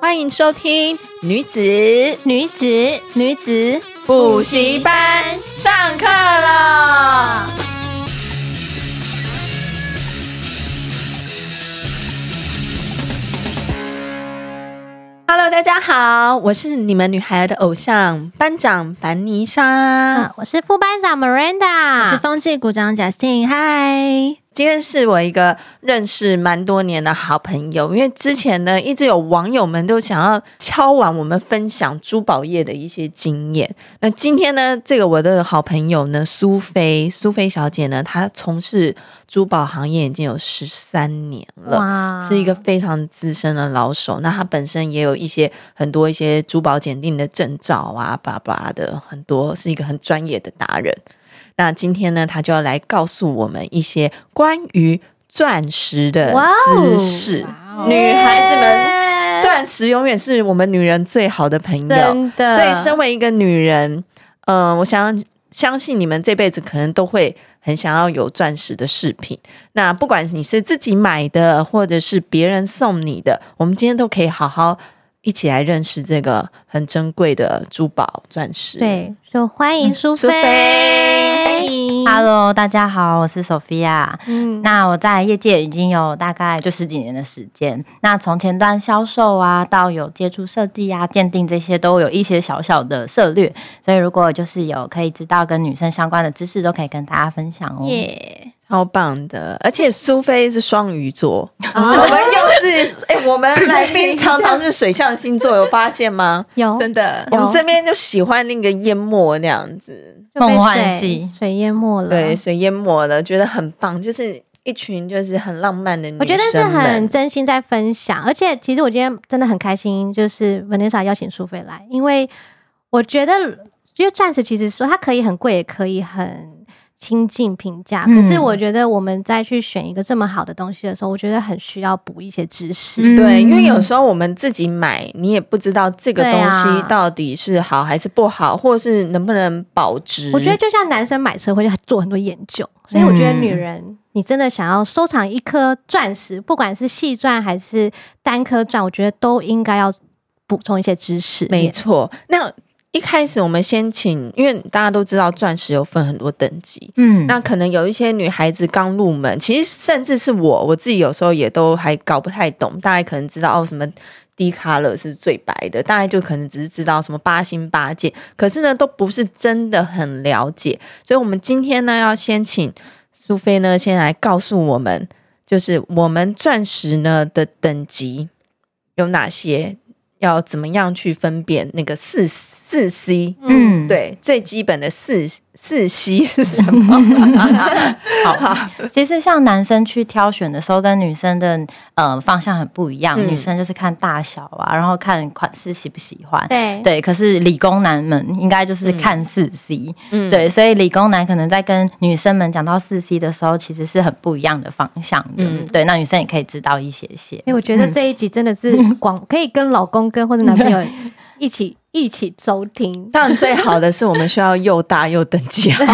欢迎收听女子女子女子补习班上课了。Hello，大家好，我是你们女孩的偶像班长凡妮莎啊。，我是副班长嗯我 Miranda，是风纪股长 Justin，嗨，今天是我一个认识蛮多年的好朋友，因为之前呢，一直有网友们都想要敲完我们分享珠宝业的一些经验。那今天呢，这个我的好朋友呢，苏菲，苏菲小姐呢，她从事珠宝行业已经有十三年了。哇是一个非常资深的老手。那他本身也有一些很多一些珠宝鉴定的证照啊，巴拉巴拉的很多，是一个很专业的达人。那今天呢，他就要来告诉我们一些关于钻石的哇哦知识。女孩子们，钻石永远是我们女人最好的朋友。真的，所以，身为一个女人，嗯、我想相信你们这辈子可能都会很想要有钻石的饰品。那不管你是自己买的，或者是别人送你的，我们今天都可以好好一起来认识这个很珍贵的珠宝钻石。，对，就欢迎苏嗯苏菲，菲。，Hello，大家好，我是 Sophia。嗯，那我在业界已经有大概就十几年的时间，那从前端销售啊，到有接触设计啊、鉴定这些，都有一些小小的涉略。所以如果就是有可以知道跟女生相关的知识，都可以跟大家分享哦。耶，超棒的！而且苏菲是双鱼座， 我们又是哎、我们来宾常常是水象星座，有发现吗？哦有 真的，我们这边就喜欢那个淹没那样子，就被水梦幻系水淹没了。对，，水淹没了，觉得很棒，就是一群就是很浪漫的女我觉得是嗯生们很真心在分享，而且其实我今天真的很开心，就是 Vanessa 邀请苏菲来，因为我觉得，因为钻石其实说它可以很贵，也可以很亲近平价，嗯可是我觉得我们再去选一个这么好的东西的时候，我觉得很需要补一些知识。嗯对，因为有时候我们自己买，你也不知道这个对东西啊到底是好还是不好，或是能不能保值。我觉得就像男生买车会做很多研究，所以我觉得嗯女人。你真的想要收藏一颗钻石，不管是细钻还是单颗钻，我觉得都应该要补充一些知识。嗯没错。那一开始我们先请，因为大家都知道钻石有分很多等级。嗯那可能有一些女孩子刚入门，其实甚至是我我自己有时候也都还搞不太懂，大概可能知道哦什么低卡勒是最白的，大概就可能只是知道什么八星八戒，可是呢都不是真的很了解，所以我们今天呢要先请苏菲呢先来告诉我们，就是我们钻石呢的等级有哪些，要怎么样去分辨那个四四 C。嗯，对，最基本的四四 C 是什么？好，其实像男生去挑选的时候，跟女生的呃方向很不一样。嗯女生就是看大小啊，然后看款式喜不喜欢。对对，可是理工男们应该就是看四 C，、嗯对，所以理工男可能在跟女生们讲到四 C 的时候，其实是很不一样的方向的。嗯对，那女生也可以知道一些些哎、。我觉得这一集真的是嗯广， 可以跟老公跟或者男朋友一起一起收听。当然最好的是我们需要又大又啊等级好。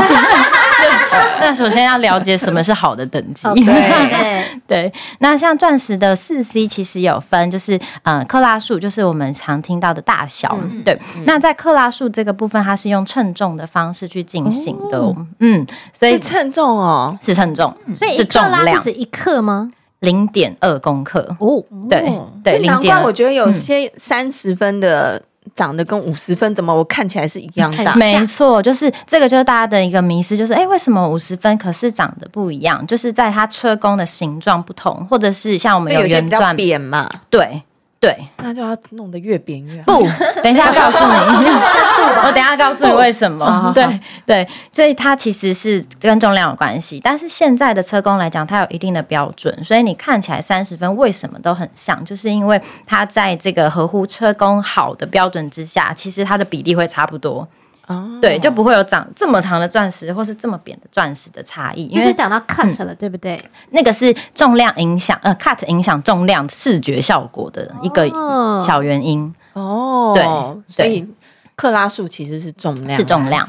那首先要了解什么是好的等 级。对哦对，哦对，那像钻石的四 C 其实有分，就是呃克拉数，就是我们常听到的大小。嗯对，那在克拉数这个部分，它是用称重的方式去进行的哦、嗯，所以是称重哦，是称重，所以一是克重拉量是指一克吗？零点二公克。哦，对对，难零点怪我二。觉得有些三十分的长得跟五十分怎么我看起来是一样大？看一下没错，就是这个，就是大家的一个迷思，就是哎，诶为什么五十分可是长得不一样？就是在它车工的形状不同，或者是像我们因为有些圆比较钻，扁嘛，对对，那就要弄得越扁越好。不，等一下告 诉你，我等一下告诉你为什啊好好么。对对，所以它其实是跟重量有关系，但是现在的车工来讲，它有一定的标准，所以你看起来三十分为什么都很像，就是因为它在这个合乎车工好的标准之下，其实它的比例会差不多，哦对，就不会有长这么长的钻石或是这么扁的钻石的差异，因就是为讲到 cut 了，对不对？那个是重量影响呃 cut 影响重量视觉效果的一个哦嗯小原因。哦，对所以克拉数其实是重量来啊分，是重量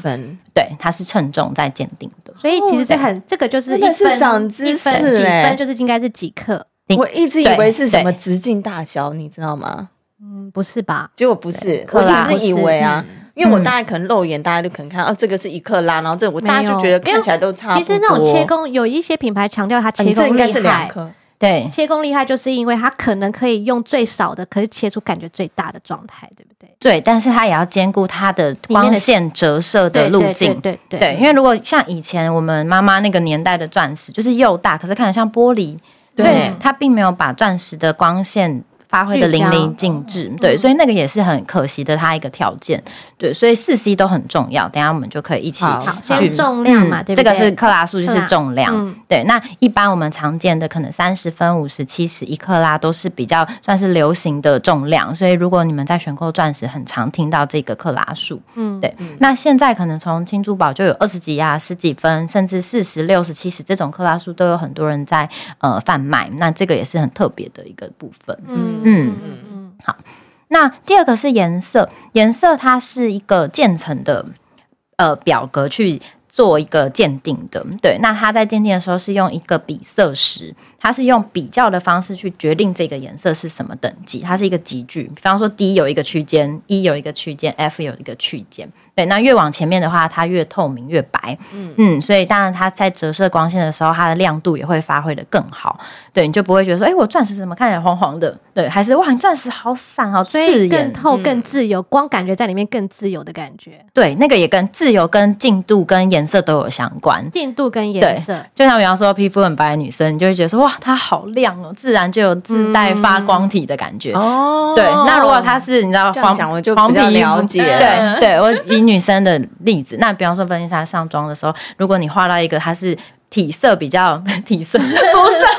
对，它是称重在鉴定的。所以其实这很这个就是真一的是分长知一识分几欸分就是应该是几克，对我一直以为是什么对直径大小，你知道吗？嗯，不是吧？结果不是，克我拉一直以为啊，因为我大概可能肉眼大家就可能看哦，这个是一克拉，然后这个我没有大家就觉得看起来都差不多。其实那种切工有一些品牌强调它啊，切你这应工该是厉两害，克。对，切工厉害就是因为它可能可以用最少的，可是切出感觉最大的状态，对不对？对，但是它也要兼顾它的里面的光线折射的对路对径。对对对，因为如果像以前我们妈妈那个年代的钻石，就是又大，可是看起来像玻璃，对所以它并没有把钻石的光线发挥的淋漓尽嗯致。对，所以那个也是很可惜的，它一个条件。对，所以四 C 都很重要。等一下我们就可以一起好好，去先重量嘛，嗯对不这对？个是克拉数，就是重量。嗯对，那一般我们常见的可能三十分、五十、七十、一克拉都是比较算是流行的重量，所以如果你们在选购钻石，很常听到这个克拉数。嗯，对，那现在可能从青珠宝就有二十几啊、十几分，甚至四十六、十七十这种克拉数都有很多人在呃贩卖，那这个也是很特别的一个部分。嗯嗯嗯嗯那第二个是颜色，颜色它是一个渐层的呃表格去做一个鉴定的。对，那它在鉴定的时候是用一个比色石，它是用比较的方式去决定这个颜色是什么等级，它是一个级距。比方说 D 有一个区间，E 有一个区间，F 有一个区间。对，那越往前面的话，它越透明越白。嗯所以当然它在折射光线的时候，它的亮度也会发挥的更好。对，你就不会觉得说，哎、我钻石怎么看起来黄黄的？对，还是哇，你钻石好闪，好刺所眼，以更透、嗯更自由，光感觉在里面更自由的感觉，对，那个也跟自由、跟净度、跟颜色都有相关。进度跟颜色，就像比方说，皮肤很白的女生，你就会觉得说，哇，她好亮哦，自然就有自带发光体的感觉。哦对，那如果她是你知道这样黄讲我就比较黄皮肤了解了对对，我以女生的例子，那比方说芬妮莎上妆的时候，如果你画到一个她是体色比较 体色肤色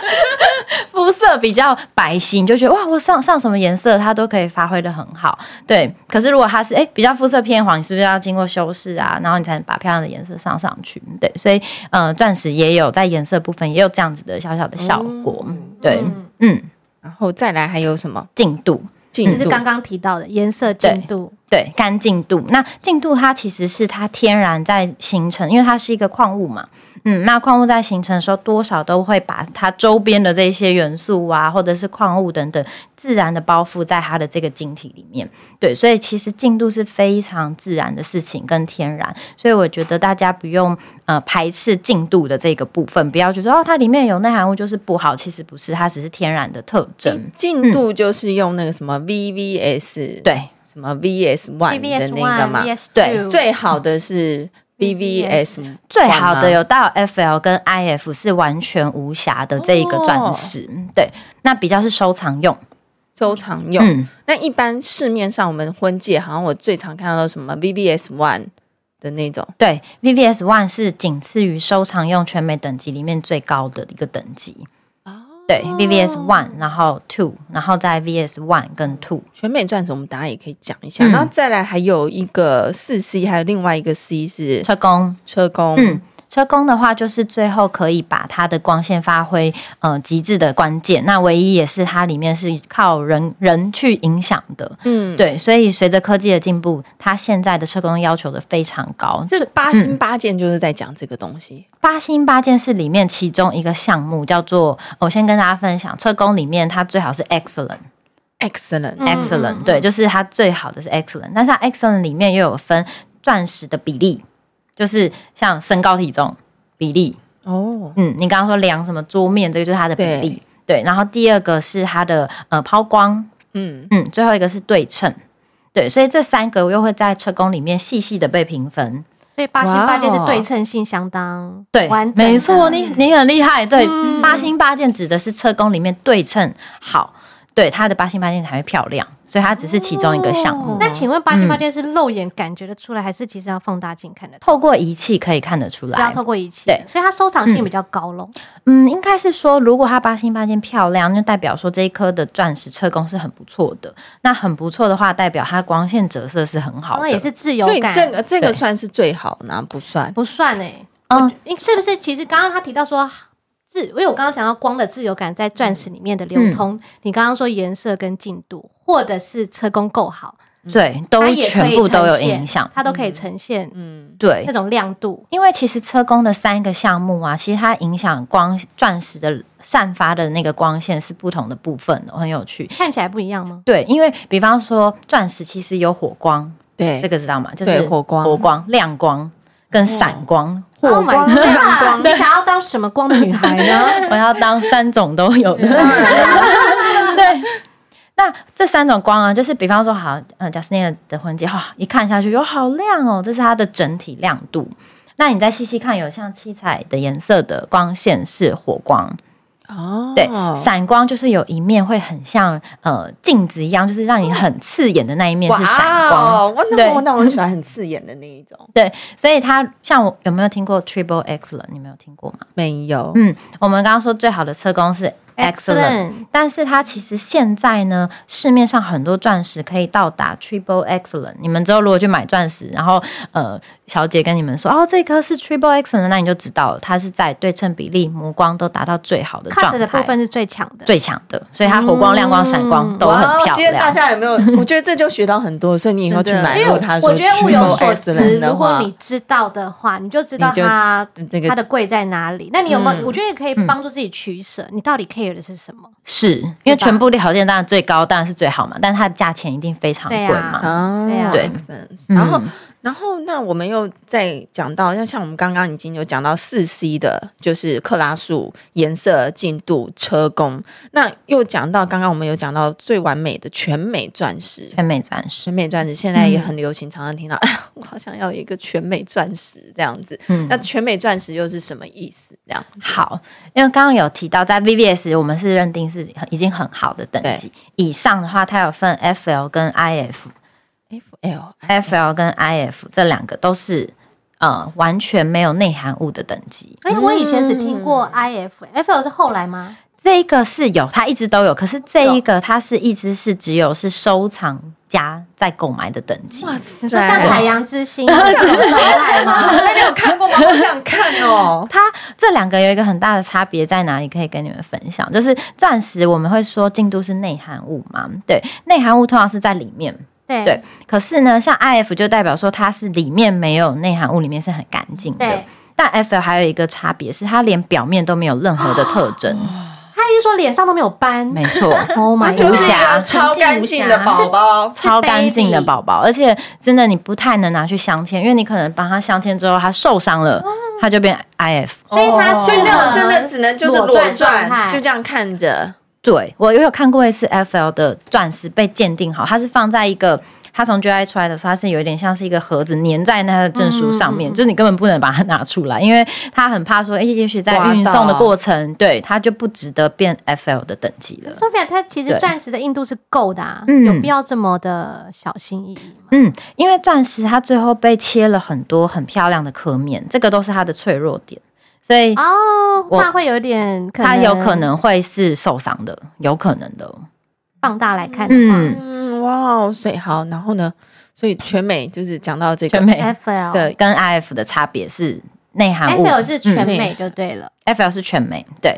肤色比较白皙，你就觉得哇，我上上什么颜色它都可以发挥的很好。对，可是如果它是哎、诶比较肤色偏黄，你是不是要经过修饰啊？然后你才能把漂亮的颜色上上去？对，所以呃，钻石也有在颜色部分也有这样子的小小的效哦果。对，嗯，然后再来还有什么净度。进就度？是刚刚提到的颜色进度，对，干净度。那净度它其实是它天然在形成，因为它是一个矿物嘛。嗯，那矿物在形成的时候，多少都会把它周边的这些元素啊，或者是矿物等等，自然的包覆在它的这个晶体里面。对，所以其实净度是非常自然的事情，跟天然。所以我觉得大家不用呃排斥净度的这个部分，不要觉得哦，它里面有内含物就是不好，其实不是，它只是天然的特征。进度就是用那个什么 VVS，，对，什么 VS One 的 VVS 那个 one、嘛， VS 对 two，最好的是 VVS，最好的有到 FL 跟 IF 是完全无瑕的这一个钻石，嗯对，那比较是收藏用，收藏用。嗯，那一般市面上我们婚戒，好像我最常看到的什么 VVS One 的那种，对，VVS One 是仅次于收藏用全美等级里面最高的一个等级，对，VVS One，然后 Two，然后再 VS One 跟 Two，全美钻石，我们大家也可以讲一下。嗯然后再来还有一个四 C，还有另外一个 C 是车工，车工，嗯，车工的话，就是最后可以把它的光线发挥呃极致的关键。那唯一也是它里面是靠人人去影响的，嗯嗯，对。所以随着科技的进步，它现在的车工要求的非常高。这八星八箭就是在讲这个东西。八星八件是里面其中一个项目，叫做我先跟大家分享，车工里面它最好是 excellent。 Excellent，、嗯 excellent，、对，就是它最好的是 excellent，但是它 excellent 里面又有分钻石的比例，就是像身高体重比例，哦，嗯，你刚刚说量什么桌面，这个就是它的比例。对，然后第二个是它的呃抛光，嗯，嗯，最后一个是对称。对，所以这三个又会在车工里面细细的被评分。所以八星八件哇哦是对称性相当哦对完，整的没错，你你很厉害。对，嗯八星八件指的是车工里面对称好，对它的八星八件才会漂亮，所以它只是其中一个项目。嗯那请问八星八件是肉眼感觉得出来，还是其实要放大镜看得出透过仪器可以看得出来？是要来，透过仪器的，对所以它收藏性比较高喽。嗯，应该是说，如果它八星八件漂亮，就代表说这一颗的钻石车工是很不错的。那很不错的话，代表它光线折射是很好那的。哦也是自由所以感，这个这个对算是最好呢，不算不算哎。嗯嗯，是不是？其实刚刚他提到说自，因为我刚刚讲到光的自由感在钻石里面的流通，你刚刚说颜色跟进度，或者是车工够好，对，都它也可全以部都有呈现影响。它都可以呈现嗯，对那，种亮度。因为其实车工的三个项目啊，其实它影响光钻石的散发的那个光线是不同的部分哦，很有趣。看起来不一样吗？对，因为比方说钻石其实有火光，对这个知道吗？就是对火光火光、亮光跟闪光。 Oh my god！你 想要当什么光的女孩 呢？我要当三种都有的。对。那这三种光啊，就是比方说，好，嗯，贾斯汀的婚戒，哇、一看下去，哟，好亮哦，这是它的整体亮度。那你再细细看，有像七彩的颜色的光线是火光，哦，对，闪光就是有一面会很像呃镜子一样，就是让你很刺眼的那一面是闪光。哇哦，我那对我那我喜欢很刺眼的那一种，对，所以它像我有没有听过 Triple Excellent？你没有听过吗？没有，嗯，我们刚刚说最好的车工是 Excellent， Excellent 但是它其实现在呢，市面上很多钻石可以到达 Triple Excellent。你们之后如果去买钻石，然后呃，小姐跟你们说哦，这颗是 Triple Excellent，那你就知道了它是在对称比例、磨光都达到最好的 cut 状的部态。分是最强的，最强的，所以它火光、亮光、闪光都很嗯哇哦漂今天大亮。家有没有？我觉得这就学到很多，所以你以后去真的买，因为如果他说我觉得物有所 Triple Excellent 值。的如果话你知道的话，你就知道你就它嗯这个它的贵在哪里。那你有没嗯有？我觉得也可以帮助自己取舍，你到底 care 的是什么？是因为全部的条件当然最高，当然是最好嘛，但它的价钱一定非常贵对啊嘛。啊对啊对 Excellent 然后嗯然后，那我们又再讲到，像像我们刚刚已经有讲到四 C 的，就是克拉数、颜色、进度、车工。那又讲到刚刚我们有讲到最完美的全美钻石，全美钻石，全美钻石现在也很流行，常常听到，哎呀， 我好想要一个全美钻石这样子。嗯那全美钻石又是什么意思？这样好，因为刚刚有提到，在 VVS 我们是认定是已经很好的等级以上的话，它有分 FL 跟 IF。 ，F L FL 跟 IF 这两个都是呃完全没有内含物的等级。哎，我以前只听过嗯 IF，FL 是后来吗？这一个是有，它一直都有，可是这一个它是一直是只有是收藏家在购买的等级。哇你塞，说像海洋之 心这种状态吗？那你有看过吗？好想看 哦。它这两个有一个很大的差别在哪里？可以跟你们分享，就是钻石我们会说进度是内含物嘛，对，内含物通常是在里面，对对。可是呢，像 IF 就代表说它是里面没有内含物，里面是很干净的对。但 FL 还有一个差别是，它连表面都没有任何的特征。他一说脸上都没有斑，没 错， Oh my 就 god！是一个瑕超干净的宝宝，超干净的 baby 宝宝，而且真的你不太能拿去镶嵌，因为你可能帮它镶嵌之后，它受伤哦了，它就变 IF。哦所以哦它是所以那种真的只能就是裸裸钻状钻，态就这样看着。对我有看过一次 FL 的钻石被鉴定好，它是放在一个。它从 GI 出来的时候，它是有一点像是一个盒子粘在那它的证书上嗯面，就是你根本不能把它拿出来，因为它很怕说，哎、也许在刮到运送的过程，对它就不值得变 FL 的等级了。说起来，它其实对钻石的硬度是够的、啊，嗯有必要这么的小心翼翼吗？嗯，因为钻石它最后被切了很多很漂亮的刻面，这个都是它的脆弱点，所以哦，我怕会有点可能，它有可能会是受伤的，有可能的。哦放大来看的话，嗯，嗯，哇哦，所以好，然后呢，所以全美就是讲到这全个，美 f l 对跟 IF 的差别是内含物 FL 是全嗯美就对了。 FL 是全美，对，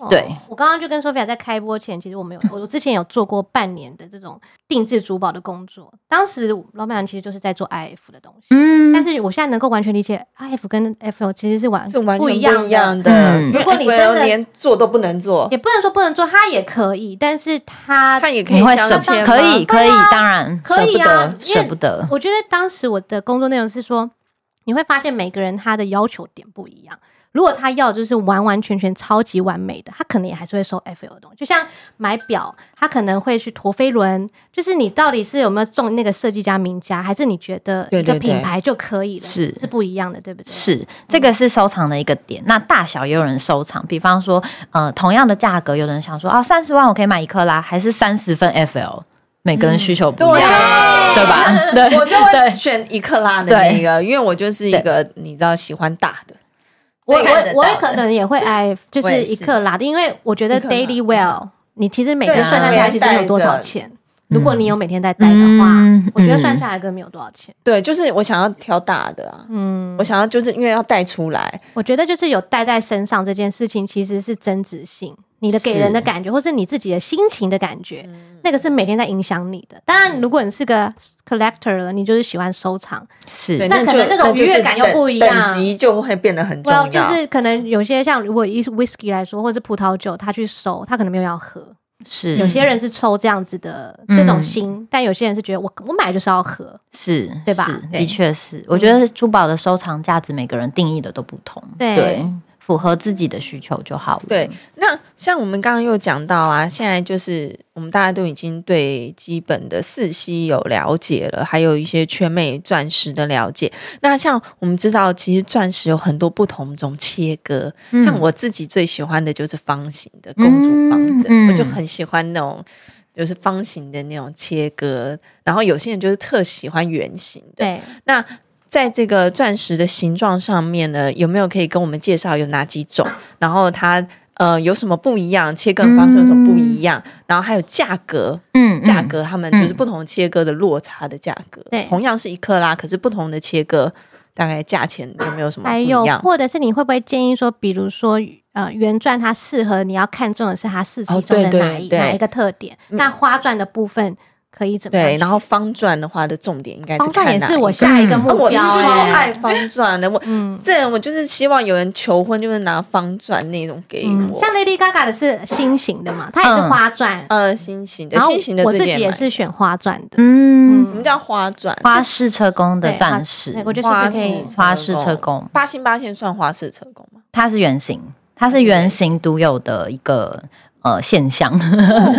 哦对，我刚刚就跟 Sophia 在开播前，其实我们有，我之前有做过半年的这种定制珠宝的工作。当时老板娘其实就是在做 IF 的东西，嗯但是我现在能够完全理解 IF 跟 FL 其实是完是完全不不一一样的样的。嗯因为如果你 FL 真的连做都不能做，也不能说不能做，它也可以，但是它看也可你以会镶舍嵌吗可以可以，当然啊可舍以不啊得因为舍不得，我觉得当时我的工作内容是说，你会发现每个人他的要求点不一样。如果他要就是完完全全超级完美的，他可能也还是会收 FL 的东西。就像买表，他可能会去陀飞轮，就是你到底是有没有中那个设计家名家，还是你觉得对一个对对品牌就可以了，是是不一样的，对不对？是，这个是收藏的一个点。那大小也有人收藏，比方说，呃，同样的价格，有人想说啊，三十万我可以买一克拉，还是三十分 FL，每个人需求不一嗯样，啊啊 对吧？对，我就会对选一克拉的那个，因为我就是一个你知道喜欢大的，我看得我我到也可的能也会 I 就我也是是一克拉的，因为我觉得一克拉 daily well，你其实每对天啊算下来其实没有多少钱。嗯如果你有每天在戴的话，嗯我觉得算下来根本没有多少钱。对，就是我想要挑大的啊，嗯，我想要就是因为要带出来，我觉得就是有戴在身上这件事情，其实是增值性，你的给人的感觉，或是你自己的心情的感觉，那个是每天在影响你的。当然，如果你是个 collector 了，你就是喜欢收藏，对，是那就可能那种就是愉悦感又等不一样等级就会变得很重 well，要。就是可能有些像如果以 whisky 来说，或是葡萄酒，他去收，他可能没有要喝。有是些人是抽这样子的嗯这种心，但有些人是觉得我我买就是要喝，是，对嗯吧是对的确是，我觉得珠宝的收藏价值，每个人定义的都不同，对符合自己的需求就好了。对，那像我们刚刚又讲到啊，现在就是我们大家都已经对基本的四 C 有了解了，还有一些圈妹钻石的了解。那像我们知道，其实钻石有很多不同种切割，嗯像我自己最喜欢的就是方形的公主方的，嗯嗯我就很喜欢那种。就是方形的那种切割，然后有些人就是特喜欢圆形的。对，那在这个钻石的形状上面呢，有没有可以跟我们介绍有哪几种？ 然后它呃有什么不一样？切割方式有什么不一样？然后还有价格，嗯，嗯，价格他们就是不同切割的落差的价格，对同样是一克拉，可是不同的切割大概价钱有没有什么不还一有样？或者是你会不会建议说，比如说呃圆钻它适合你要看中的是它四哦十中的对哪一、对对哪一个特点？那花钻的部分可以怎么样对去？，然后方钻的话的重点应该是方看钻也哪是一我个下一个啊嗯目我标、超欸爱方钻的，我嗯这我就是希望有人求婚就是拿方钻那种给嗯，我，像 Lady Gaga 的是心形的嘛，它也是嗯花钻，呃心形的，然后心形的我最自近己也买是选花钻的，嗯，什么叫花钻？花式车工的嗯对钻石，对我觉得花是可以式花式车工八星八线算花式车工吗？它是圆形，它是圆形独有的一个呃现象。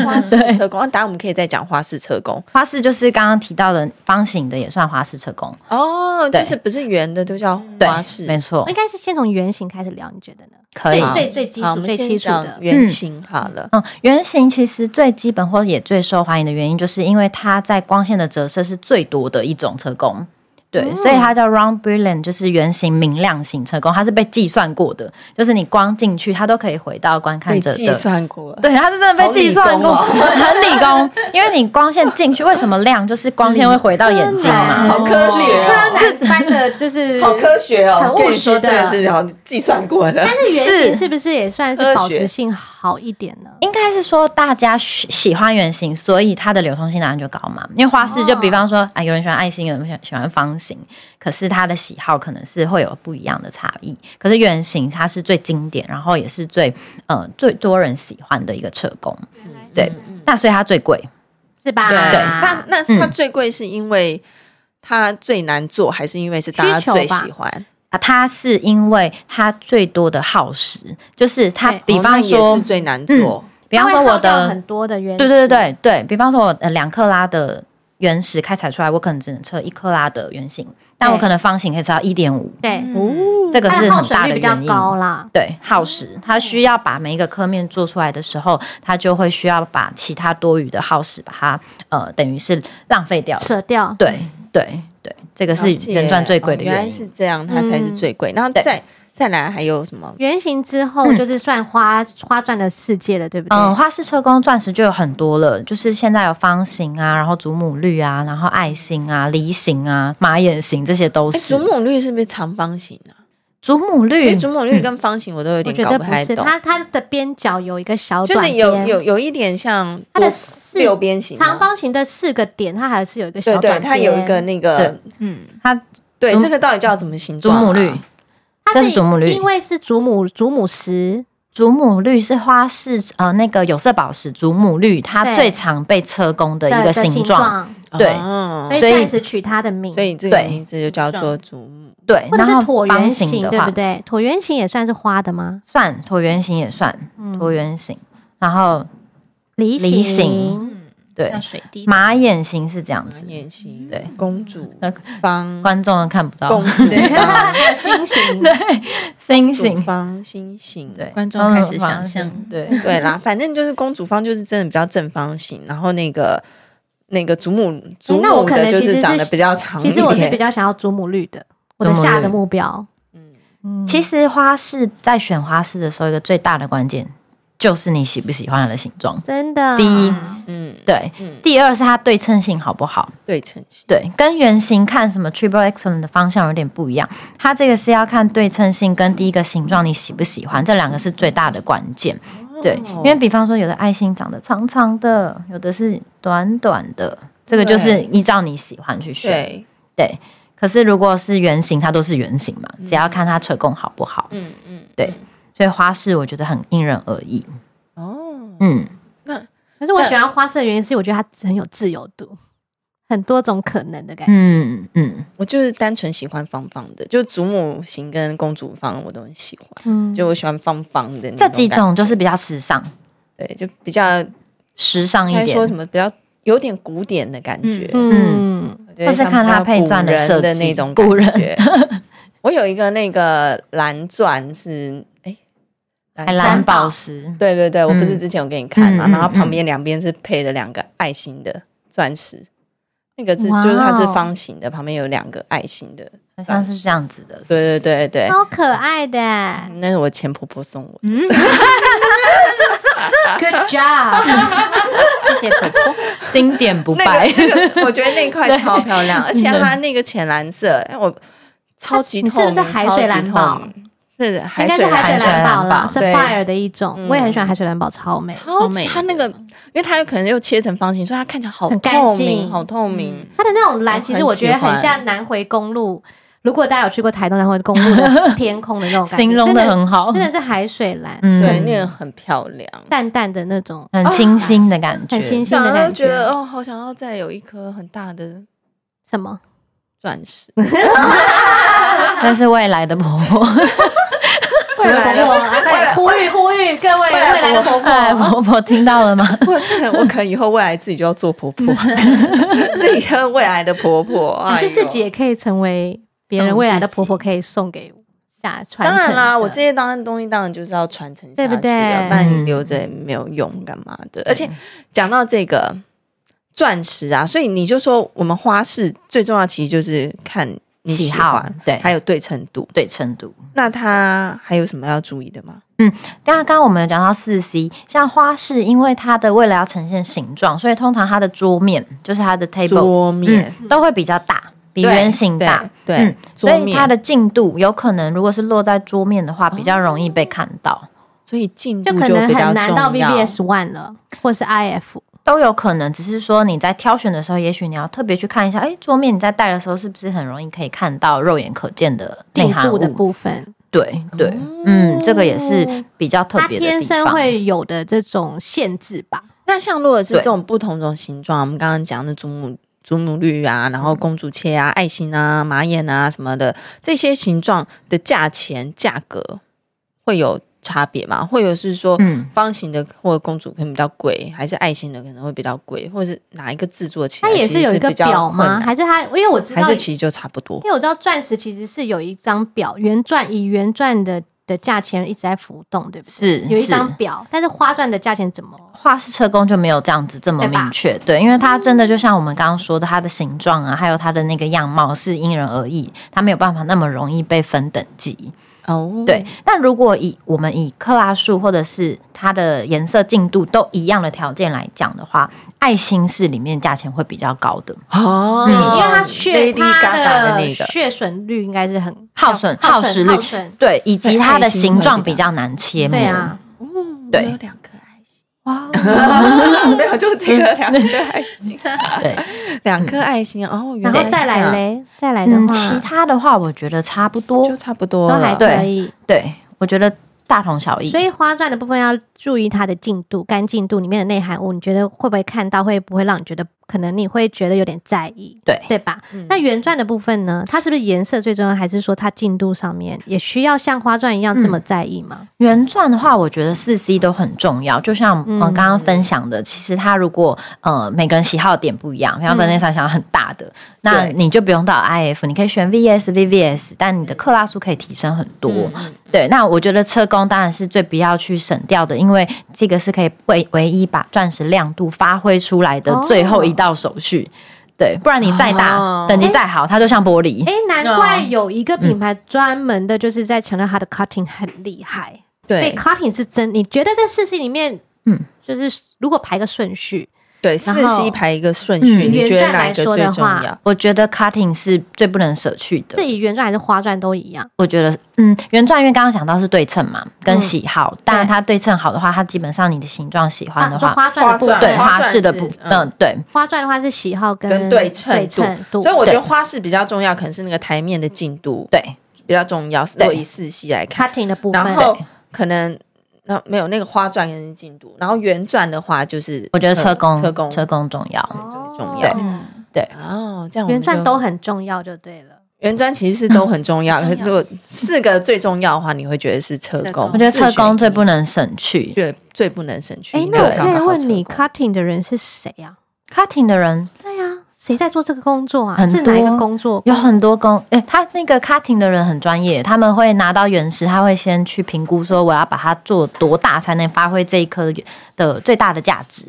花式车工，那等下我们可以再讲花式车工花式就是刚刚提到的方形的，也算花式车工。哦，对就是不是圆的都叫对花式，。哎没错我应，该是先从圆形开始聊，你觉得呢？可以。最最最基啊好，我础、们最先基础讲的，圆形好了。嗯，圆形其实最基本或也最受欢迎的原因，就是因为它在光线的折射是最多的一种车工。对，哦所以它叫 round brilliant，就是圆形明亮型车工，它是被计算过的，就是你光进去，它都可以回到观嗯看被者的计算过， 对，它是真的被计算过，好理哦 很理工。因为你光线进去，为什么亮？就是光天会回到眼睛嘛。嗯好科学 哦，柯南班的就是好科学哦！很务我跟你说实的这个是然后计算过的，但是圆形是是不是也算是保值性好一点呢？应该是说大家喜喜欢圆形，所以它的流通性当然就高嘛。因为花式就比方嗯说，啊、有人喜欢爱心，有人喜欢喜欢方形，可是他的喜好可能是会有不一样的差异。可是圆形它是最经典，然后也是最呃最多人喜欢的一个车工，对，嗯那所以它最贵。是吧？对，对那嗯那是它最贵是因为它最难做，还是因为是大家需求最吧喜欢？啊，它是因为它最多的耗时，就是它对，比哦方那说，也是最难做，比方它说会我耗掉的很，多的圆，对对对，对对，比方说我呃两克拉的原石开采出来，我可能只能测一克拉的圆形，但我对可能方形可以测到一点五，对，哦，这个它嗯是的耗很损大率的比较原因。高啦。对，耗嗯时，它需要把每一个刻面做出来的时候，它就会需要把其他多余的耗时把它呃，等于是浪费掉。舍掉，嗯对对对，这个是了解原钻最贵的哦原原来因。嗯是这样，它才是最贵。然后对再再来还有什么？圆形之后就是算花花钻的世界了，对不对？嗯，花式车工钻石就有很多了，就是现在有方形啊，然后祖母绿啊，然后爱心啊、梨形啊、马眼形，这些都哎，是。嗯祖母绿是不是长方形啊？祖母所以绿，祖母绿跟方形我都有我点觉搞得不不太是，懂，它它的边角有一个小就短是边，有有有一点像它的多四六边形吗长方形的四个点，它还是有一个对小对，短边，它有一个那个对嗯，它对祖这个到底叫怎么形祖状啊？母绿，它这是祖母绿因为是祖母祖母石，祖母绿是花式呃那个有色宝石，祖母绿它对最常被车工的一个形状。，哦对所以所以所以暂时取它的名。所以这个对名字就叫做祖母对，或者然是后椭圆方形形，的对话不对？椭圆形也算是花的吗？算椭圆形也算嗯椭圆形，然后梨梨形形，嗯，对像水滴马马眼形是这样子，眼型，对，呃公主那 方观众都看不到公 主对，方还有心形， 星主星，方心形，对，观众开始想方象形对， 对啦，反正就是公主方就是真的比较正方形，然后那个那个祖母祖那我母可能的就其实是长得比较长一 其实我是比点。较想要祖母绿的，我的祖母绿下的目标。嗯嗯其实花式在选花式的时候，一个最大的关键就是你喜不喜欢它的形状。真的第一，嗯，对，嗯，第二是它对称性好不好？对称性。对，跟圆形看什么 triple excellent 的方向有点不一样。它这个是要看对称性跟第一个形状你喜不喜欢，这两个是最大的关键。对，哦因为比方说有的爱心长得长长的，有的是短短的，这个就是对依照你喜欢去选。对，对，可是如果是圆形，它都是圆形嘛，只要看它垂拱好不好。嗯嗯，对，所以花式我觉得很因人而异。哦，嗯，那可是我喜欢花色的原因是，我觉得它很有自由度，很多种可能的感觉。嗯嗯，我就是单纯喜欢方方的，就祖母型跟公主方我都很喜欢，嗯，就我喜欢方方的那这几感觉种就是比较时尚，对，就比较时尚一该点说。什么比较有点古典的感觉，嗯，对或是像看它比较配钻古的人设的计那种古感觉。 我有一个那个蓝钻是哎，海蓝宝石，对对对，我不是嗯之前有给你看嘛，嗯嗯然后嗯旁边两边是配了两个爱心的钻石，那个是哇哦就是它是方形的，旁边有两个爱心的，好像是这样子的。对对对对，超可爱的那是我前婆婆送我的，嗯 ，Good job！谢谢婆 婆。经典不那败。个那个，我觉得那块超漂亮，而且它那个浅蓝色，哎，我超级嗯你透是不明，是海水蓝宝超级透明？是海应该水是海蓝水宝。蓝宝啦，海是水蓝宝 fire 的一种。我也很喜欢海水蓝宝，超美。超级美它那个，因为它有可能又切成方形，所以它看起来好很干透净嗯明，好透明。它的那种蓝，我其很实我觉得喜欢很像南回公路。如果大家有去过台东南回公路 的天空的那种感觉，形容真得的是很好真的是海水蓝， 嗯对，那个很漂亮。淡淡的那种，很清新的感觉，很清新嗯想的要感觉得哦，好想要再有一颗很大的什么？钻石。啊那是未来的婆 婆， 未来的婆婆，来哎呼吁呼吁各位未来的婆未来婆，婆婆听到了吗？ 或是我可能以后未来自己就要做婆 婆，自己就是未来的婆婆。可哎是呦自己也可以成为别人未来的婆婆，可以送给下传当承然的。啦，我这些当然东西当然就是要传承下去对啊，不对嗯不然你留着也没有用，干嘛的？而且讲到这个钻石啊，所以你就说我们花式最重要，其实就是看你喜喜好欢，对还有对称度。对称度。那它还有什么要注意的吗？刚刚刚我们有讲到四 C，像花式，因为它的为了要呈现形状，所以通常它的桌面就是它的 table，桌面，嗯，都会比较大，比对圆形大。对，对嗯，所桌以面它的进度有可能，如果是落在桌面的话，比较容易被看到，所以进度就可能比较很难到重要 VBS One 了，或是 IF。都有可能。只是说你在挑选的时候，也许你要特别去看一下，哎，桌面你在带的时候是不是很容易可以看到肉眼可见的内进涵步的物？部分，哦对对，嗯，这个也是比较特它别的地天方。生会有的这种限制吧？那像如果是对这种不同种形状，我们刚刚讲的祖母祖母绿啊，然嗯后公主切啊、爱心啊、马眼啊什么的，这些形状的价钱价格会有差别吗？会有是说嗯，方形的或者公主可能比较贵，还是爱心的可能会比较贵，或者是哪一个制作起它来也其实是有一个比较表困吗？难还是它？因为我知道还，是其实就差不多因为我知道钻石其实是有一张表，原钻以原钻的的价钱一直在浮动，对不对？是有一是张表，但是花钻的价钱怎么？画室车工就没有这样子这么明确，对，因为它真嗯的就像我们刚刚说的，它的形状啊，还有它的那个样貌是因人而异，它没有办法那么容易被分等级。哦。对，但如果以我们以克拉数或者是它的颜色进度都一样的条件来讲的话，爱心是里面价钱会比较高的，哦，嗯因为它血 Lady Gaga 它的那个血损率应该是很耗损耗耗时率耗损对，以及它的爱心会形状比比较较难切磨。对啊，对我有两颗爱心，哇，没有，就这个两颗爱心，对，两颗爱心哦，原来然后再是这来样嘞，再来的嗯，话其他的话我觉得差不多就，差不多都还了。对可以。对我觉得大同小异所。以花钻的部分要注意它的进度、干净度里面的内涵物，你觉得会不会看到？会不会让你觉得可能你会觉得有点在意？对对吧？嗯那原钻的部分呢？它是不是颜色最重要，还是说它进度上面也需要像花钻一样这么在意吗？原钻的话，我觉得四 C 都很重要。就像我嗯刚刚分享的，其实它如果呃每个人喜好的点不一样，比方嗯 Vanessa 想要很大的，那对你就不用到 IF，你可以选 VS、VVS，但你的克拉数可以提升很多。嗯对，那我觉得车工当然是最不要去省掉的，因为这个是可以唯唯一把钻石亮度发挥出来的最后一道手续。对，不然你再大、哦等级再好，它就像玻璃。诶，哎难怪有一个品牌专门的就是在强调它的 cutting 很厉害，所以对 cutting 是真。你觉得这四 C 里面，嗯嗯，就是如果排个顺序，对，然四后 C 排一个顺序，嗯你觉得哪一原钻来个说最的重话要？我觉得 cutting 是最不能舍去的这。以原钻还是花钻都一样。我觉得，嗯，原钻因为刚刚讲到是对称嘛，跟嗯喜好，但是它对称好的话，它基本上你的形状喜欢啊，的你说话，花钻的部花分，啊对钻花式的是部，嗯嗯，对，花钻的话是喜好跟跟对称对度称度，所以我觉对得花式比较重要，可能是那个台面的进度对，比较重要。对若以四 C 来看， cutting 的部分，然后可能那没有那个花钻跟进度，然后圆钻的话就是我觉得车工车工车工重要，最重对要。哦哦，这样我们原钻就都很重要，就对了。原钻其实是嗯都很重要。很重要如果四个最重要的话，你会觉得是车车工工？我觉得四选车工最一不能省去。最最不能省去。哎，那对我可以问你刚好车工，cutting 的人是谁啊？ cutting 的人对啊，谁在做这个工作啊？很多是哪一个工作？有很多工，诶、他那个 cutting 的人很专业，他们会拿到原石，他会先去评估说我要把它做多大才能发挥这一颗的最大的价值。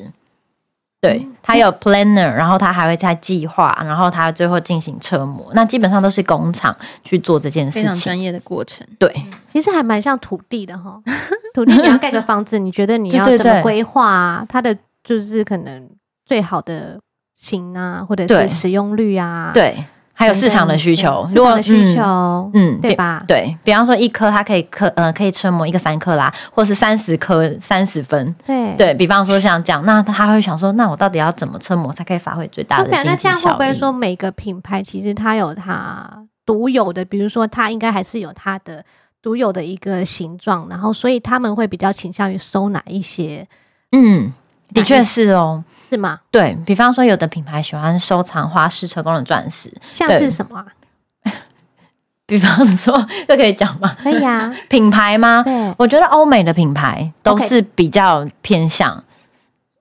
对，嗯他有 planner，然后他还会再计划，然后他最后进行车模。那基本上都是工厂去做这件非事常情。专业的过程。对，其实还蛮像土地的哈。 土地你要盖个房子，你觉得你要对对怎么对规划啊？它的就是可能最好的型啊，或者对是使用率啊，等等，对，还有市场的需求，市场的需嗯求，嗯，对吧？对比方说一颗它可以克呃可以车模一个三克拉，或是三十颗三十分。对对比方说像这样，那他会想说，那我到底要怎么车模才可以发挥最大的那经那济这样会效不会益？说每个品牌其实它有它独有的，比如说它应该还是有它的独有的一个形状，然后所以他们会比较倾向于收哪一些，嗯，的确是哦。是吗？对比方说，有的品牌喜欢收藏花式车工的钻石，像对是什么、啊？比方说，这可以讲吗？可以啊，品牌吗？ 对，我觉得欧美的品牌都 OK 是比较偏向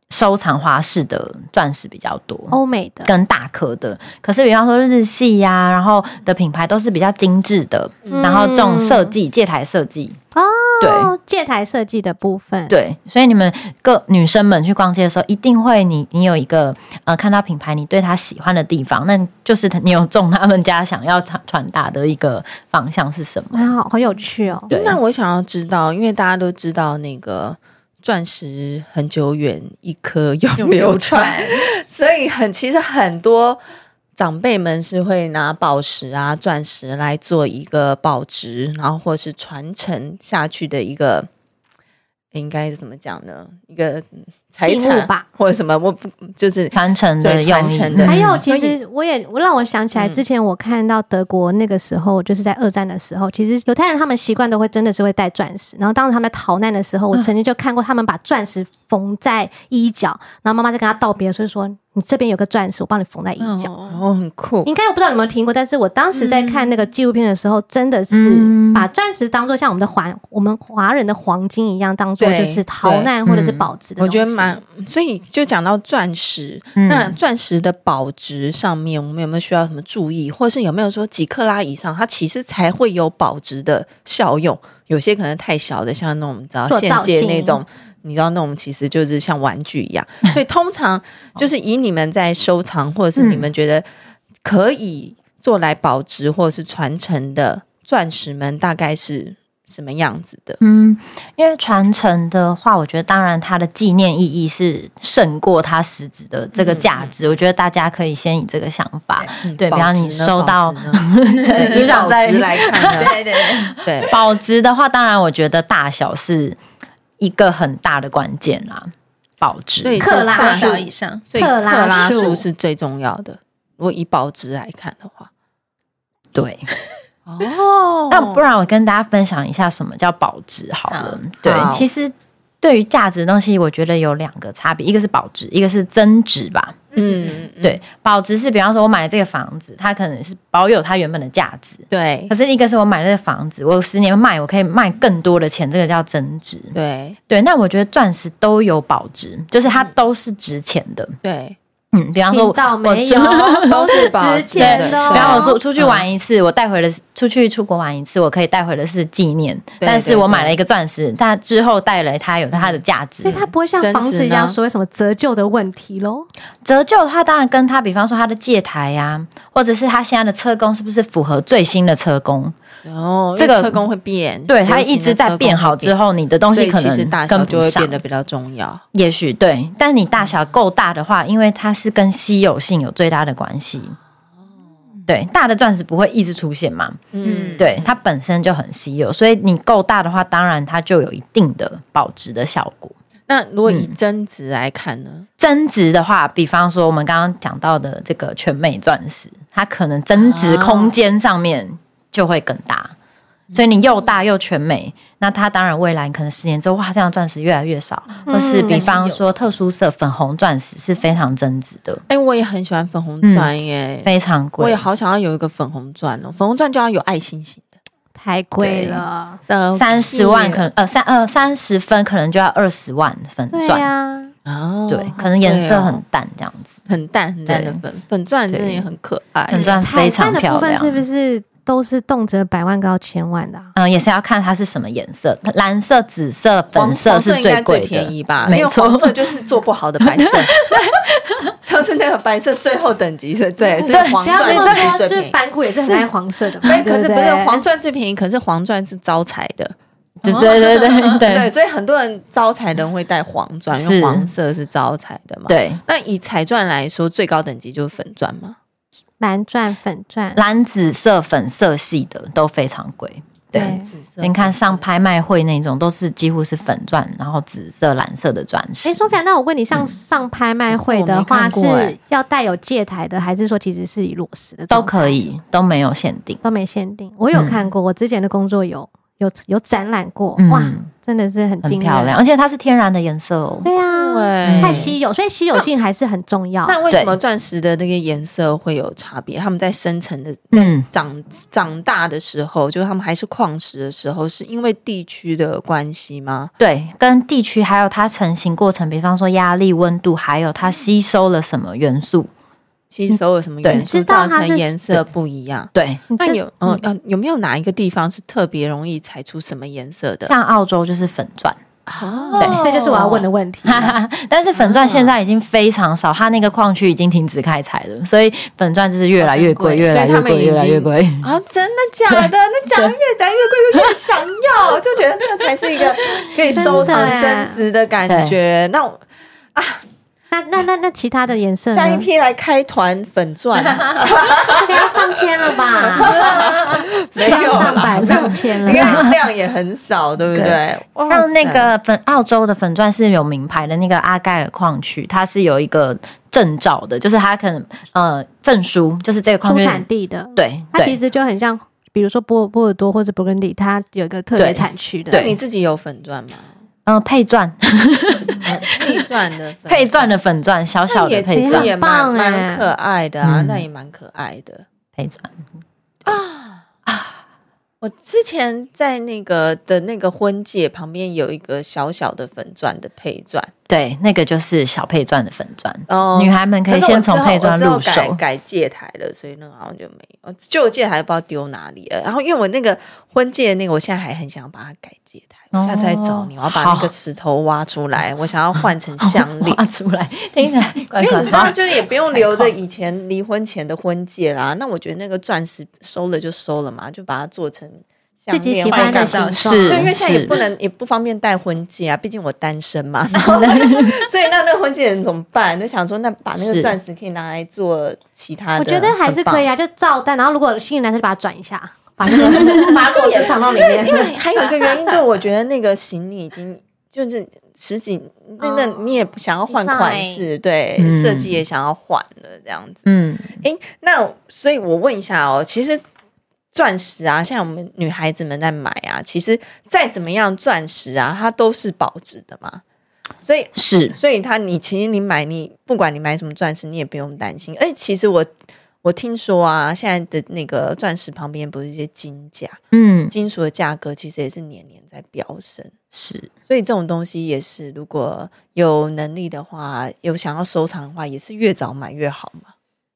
收藏花式的钻石比较多。欧美的，跟大颗的，可是比方说日系呀、然后的品牌都是比较精致的，嗯然后这种设计、戒台设计，哦，戒台设计的部分，，对，所以你们各女生们去逛街的时候，一定会你你有一个呃看到品牌，你对它喜欢的地方，那就是你有中他们家想要传传达的一个方向是什么？很好，很有趣哦。对，那我想要知道，因为大家都知道那个钻石很久远，一颗永流传，，所以很其实很多长辈们是会拿宝石啊、钻石来做一个保值，然后或是传承下去的一个，应该是怎么讲呢？一个财信产物吧，或者什么，我不就是传承的对用传意承的嗯还有，所其以实我也我让我想起来，嗯之前我看到德国那个时候，就是在二战的时候，其实犹太人他们习惯都会真的是会带钻石。然后当时他们逃难的时候，我嗯曾经就看过他们把钻石缝在衣角，然后妈妈在跟他道别的时候说：“你这边有个钻石，我帮你缝在衣角。然哦，后很酷，应该我不知道你们有没有听过，但是我当时在看那个纪录片的时候，真的是嗯把钻石当做像我们的环，我们华人的黄金一样，当做对就是逃难或者是嗯保值的我东西。觉得蛮，所以就讲到钻石，嗯那钻石的保值上面，我们有没有需要什么注意，或是有没有说几克拉以上，它其实才会有保值的效用？有些可能太小的，像那种你知道做现造界型那种，你知道那种其实就是像玩具 一样。所以通常就是以你们在收藏，或者嗯是你们觉得可以做来保值或者是传承的钻石们，大概是什么样子的？嗯，因为传承的话，我觉得当然它的纪念意义是胜过它实质的这个价值。我觉得大家可以先以这个想法，嗯对比方你收到，保值呢 保值呢就想保在值来看 呢，对对对， 对，保值的话，当然我觉得大小是一个很大的关键啦。保值，所以是克拉大大数小以上，所以克克拉拉数数是最重要的。如果以保值来看的话，对。哦哦 那不然我跟大家分享一下什么叫保值好了。好对好，其实对于价值的东西，我觉得有两个差别，一个是保值，一个是增值吧。嗯，嗯对，保值是比方说我买了这个房子，它可能是保有它原本的价值，对可是一个是我买了这个房子，我十年卖，我可以卖更多的钱，这个叫增值。对对，那我觉得钻石都有保值，就是它都是值钱的。 对，嗯，比方说听我，到我没出有？都 是保值钱的哦。对比然后方我出出去玩一次，我带回的是出去出国玩一次，我可以带回的是纪念。对但是我对买了一个钻石，但之后带来它有它的价值所以。它不会像房子一样说有什么折旧的问题喽。啊折旧它当然跟它，比方说它的借台呀、或者是它现在的车工是不是符合最新的车工？哦，这个因为车工会变，对，它流行一的直在车变工会好之，后，你的东所西以可其实能大跟小不就会上嗯变。得比较重要。也许对，但你大小够大的话，因为它是跟稀有性有最大的关系。对，大的钻石不会一直出现嘛？嗯，对，它本身就很稀有，所以你够大的话，当然它就有一定的保值的效果。那如果以嗯增值来看呢？增值的话，比方说我们刚刚讲到的这个全美钻石，它可能增值空间上面就会更大，所以你又大又全美，那它当然未来可能十年之后，哇，这样钻石越来越少，嗯或是比方说特殊色粉红钻石是非常增值的，哎，我也很喜欢粉红嗯钻耶，非常我贵也，好想要有一个粉红钻哦，粉红钻就要有爱心型的太贵了， So 三十万 cute 可能呃三呃三十分可能就要二十万粉对啊钻，呀，哦，对，可能颜色好很贵哦淡这样子，很淡很淡的对粉粉钻，真的对也很可爱。粉钻非彩常蛋的漂部分亮。是不是都是动辄百万到千万的啊？嗯，也是要看它是什么颜色，蓝色、紫色、黄粉色是黄应该最贵的，便宜吧？因没为错黄。色就是做不好的白 色，就是那个白色最后等级是对，所以对啊黄不要钻这么是最说，啊就便是宜。反骨也是很爱黄色的嘛，但对可是对不是黄钻最便宜，可是黄钻是招财的，对对对对对，对所以很多人招财的人会戴黄钻，因为是黄色是招财的嘛。，对，那以彩钻来说，最高等级就是粉钻嘛。蓝钻、粉钻，蓝、紫色、粉色系的都非常贵。对对，紫色你看上拍卖会那种都是几乎是粉钻，然后紫色、蓝色的钻石哎，。说起来，那我问你，像上拍卖会的话，嗯可是我没看过哎是要带有戒台的，还是说其实是以裸石的都状态可，以，都没有限定。都没限定？我嗯有看过，我之前的工作有有有展览过，哇，嗯，真的是很很惊人漂亮，，而且它是天然的颜色哦。对啊，对，太稀有，所以稀有性还是很重要。哎那为什对么钻石的那个颜色会有差别？他们在生成的、在嗯长、长大的时候，就是他们还是矿石的时候，是因为地区的关系吗？对，跟地区还有它成型过程，比方说压力、温度，还有它吸收了什么元素。吸收了什么对元素知道造它是成颜色不一样？对，你那这有嗯、呃、有没有哪一个地方是特别容易采出什么颜色的？像澳洲就是粉钻。哦对哎这就是我要问的问题了。但是粉啊钻现在已经非常少，它那个矿区已经停止开采了，所以粉钻就是越来越贵，好珍贵越来越贵，越来越贵。啊！真的假的？那讲越讲越贵，就越想要，就觉得那个才是一个可以收藏真的耶增值的感觉。那我 那那那那其他的颜嗯色下一呢？批来开团粉钻。啊这个要上千了吧？ 没有啦上百上千了你看 量也很少，对不对对？哇塞像那个粉澳洲的粉钻是有名牌的那个阿盖尔矿区，它是有一个证照的，就是它可能呃证书，就是这个矿出区产地的，对它其对实就很像，比如说波波尔多或者勃艮第，它有一个特别对产区的。那你自己有粉钻 吗？呃配钻地钻的粉配钻的粉钻小小那的也配其钻实也蛮很棒哎蛮可爱的啊，嗯那也蛮可爱的。配钻我之前在那个的那个婚戒旁边有一个小小的粉钻的配钻，对那个就是小配钻的粉钻，哦女孩们可以是我先从之后配钻我之后入手改改戒台了，所以那个好像就没有，旧戒台不知道丢哪里了。然后因为我那个婚戒的那个，我现在还很想把它改戒台，我哦下次再找你，我要把那好个石头挖出来，我想要换成项 链。哦挖出来，听起来怪因为怪你知道，的。就是也不用留着以前离婚前的婚戒啦。那我觉得那个钻石收了就收了嘛，就把它做成项自己链喜或欢者干的嘛形状，哦是对，因为现在也嗯是不能也不方便戴婚戒啊，毕竟我单身嘛。 然 后所以那那婚戒人怎么办？就想说，那把那个是钻石可以拿来做其他的。我觉得还是可以啊。啊，就照单。然后如果吸引男生，就把它转一下，把那个把它也藏到里面。因 为还有一个原因，就是我觉得那个行李已经就是十几，那那哦你也不想要换款式，对，嗯设计也想要换了这样子。嗯，诶，那所以我问一下哦，其实钻石啊，像我们女孩子们在买啊，其实再怎么样钻石啊，它都是保值的嘛。所以，是所以它你其实你买你不管你买什么钻石，你也不用担心。而且其实我我听说啊，现在的那个钻石旁边不是一些金价，嗯金属的价格其实也是年年在飙升。是所以这种东西也是，如果有能力的话，有想要收藏的话，也是越早买越好嘛。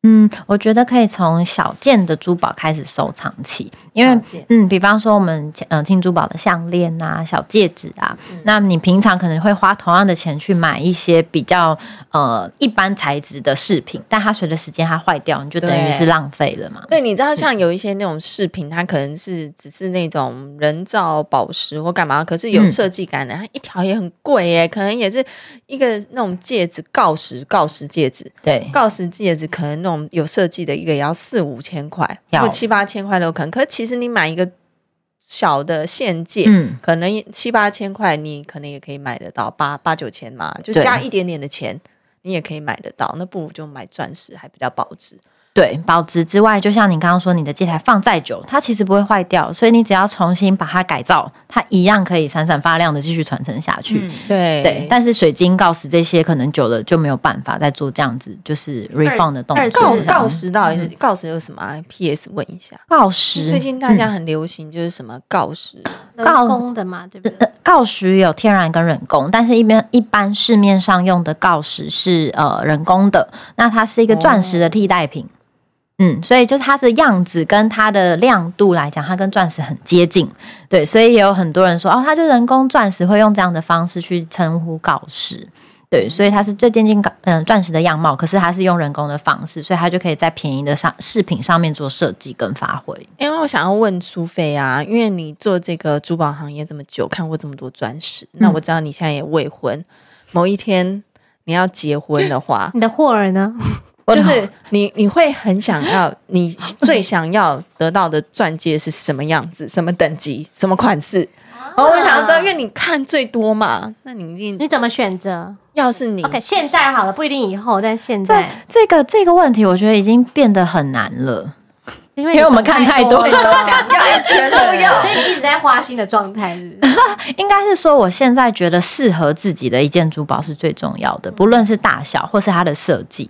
嗯，我觉得可以从小件的珠宝开始收藏起，因为小件嗯，比方说我们呃金珠宝的项链啊、小戒指啊，嗯那你平常可能会花同样的钱去买一些比较呃一般材质的饰品，但它随着时间它坏掉，你就等于对是浪费了嘛。对，你知道像有一些那种饰品，它可能是只是那种人造宝石或干嘛，可是有嗯设计感的，它一条也很贵耶，可能也是一个那种戒指，锆石锆石戒指，对，锆石戒指可能那种有设计的一个也要四五千块，要或七八千块都有可能。可是其实你买一个小的现戒，嗯，可能七八千块，你可能也可以买得到，八八九千嘛，就对加一点点的钱，你也可以买得到。那不如就买钻石，还比较保值。对，保值之外，就像你刚刚说，你的戒台放再久，它其实不会坏掉，所以你只要重新把它改造，它一样可以闪闪发亮的继续传承下去。嗯对对，但是水晶、锆石这些可能久了就没有办法再做这样子就是 refund 的动作二这锆样。次锆石到底是嗯锆石有什么、啊、？P.S. 问一下，锆石最近大嗯家很流行就是什么锆石，人工的嘛，对不对？锆石有天然跟人工，但是一般一般市面上用的锆石是呃人工的，那它是一个钻石的替代品。嗯，所以就它的样子跟它的亮度来讲，它跟钻石很接近，对，所以也有很多人说，哦，它就人工钻石，会用这样的方式去称呼锆石，对，所以它是最接近锆嗯钻石的样貌，可是它是用人工的方式，所以它就可以在便宜的上饰品上面做设计跟发挥。因为我想要问苏菲啊，因为你做这个珠宝行业这么久，看过这么多钻石，那嗯我知道你现在也未婚，某一天你要结婚的 话，你的霍尔呢？呃就是你你会很想要，你最想要得到的钻戒是什么样子、什么等级、什么款式？哦，我想要知道，因为你看最多嘛，那你一定你怎么选择要是嗯你嗯？OK，现在好了，不一定以后，但现这在，这个这个问题，我觉得已经变得很难了。因为因为你我们懂看太多多都了，想要，全都 要所。以你一直在花心的状态，是不是？应该是说，我现在觉得适合自己的一件珠宝是最重要的，不论是大小或是它的设计。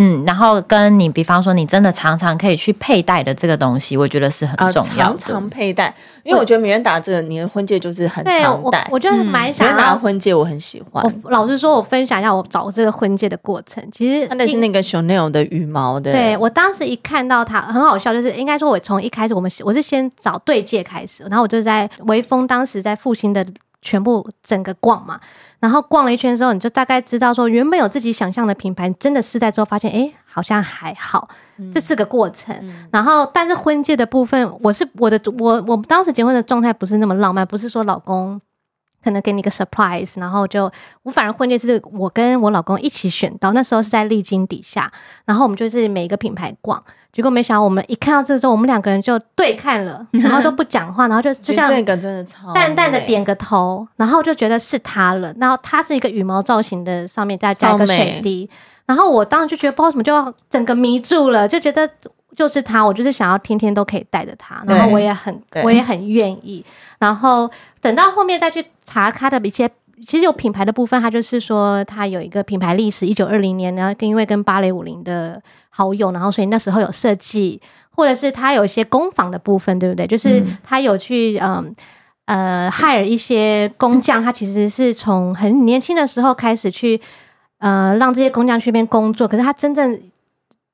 嗯，然后跟你，比方说你真的常常可以去佩戴的这个东西，我觉得是很啊，重要常的。常佩戴，因为我觉得名人打这个，你的婚戒就是很对常我戴，。我就是嗯蛮名想人打要的。婚戒我很喜欢，我老实说，我分享一下我找这个婚戒的过程。其实它那是那个 Chanel 的羽毛的，对我当时一看到它很好笑，就是应该说，我从一开始我们我是先找对戒开始，然后我就在微风当时在复兴的全部整个逛嘛，然后逛了一圈之后，你就大概知道说，原本有自己想象的品牌，真的试戴之后发现，哎，好像还好，这是个过程。然后，但是婚戒的部分，我是我的我我当时结婚的状态不是那么浪漫，不是说老公。可能给你一个 surprise，然后就我反而婚戒是我跟我老公一起选到，那时候是在丽晶底下，然后我们就是每一个品牌逛，结果没想到我们一看到这之后，我们两个人就对看了，然后就不讲话，然后就就就像这个真的超淡淡的美点个头，然后就觉得是他了。然后它是一个羽毛造型的，上面再加一个超美水滴。然后我当时就觉得不知道怎么就整个迷住了，就觉得就是他，我就是想要天天都可以带着他，对然后我也很对我也很愿意。然后等到后面再去查他的一些。其实有品牌的部分，它就是说它有一个品牌历史，一九二零年，然后因为跟芭蕾舞林的好友，然后所以那时候有设计，或者是它有一些工坊的部分，对不对？就是它有去嗯呃害尔一些工匠，他其实是从很年轻的时候开始去呃让这些工匠去那边工作，可是他真正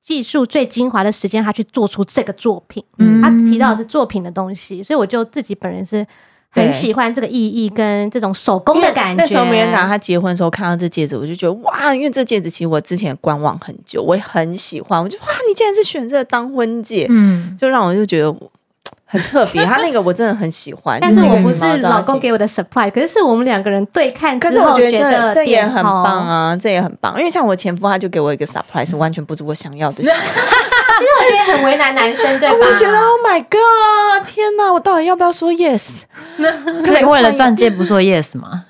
技术最精华的时间，他去做出这个作品。嗯他提到的是作品的东西，所以我就自己本人是对很喜欢这个意义跟这种手工的感觉。那时候梅人达她结婚的时候看到这戒指，我就觉得哇，因为这戒指其实我之前观望很久，我也很喜欢，我就哇，你竟然是选这个当婚戒，嗯，就让我就觉得我很特 别。他那个我真的很喜欢，但是就我一个不羽毛是造老公型给我的 surprise，可是是我们两个人对看之可是后我觉得觉这得这也很点头棒。啊，这也很棒，因为像我前夫他就给我一个 surprise，完全不是我想要的 型，其实我觉得很为难男 生，对吧？我就觉得 Oh my God，天哪，我到底要不要说 yes？可以为了钻戒不说 yes 吗？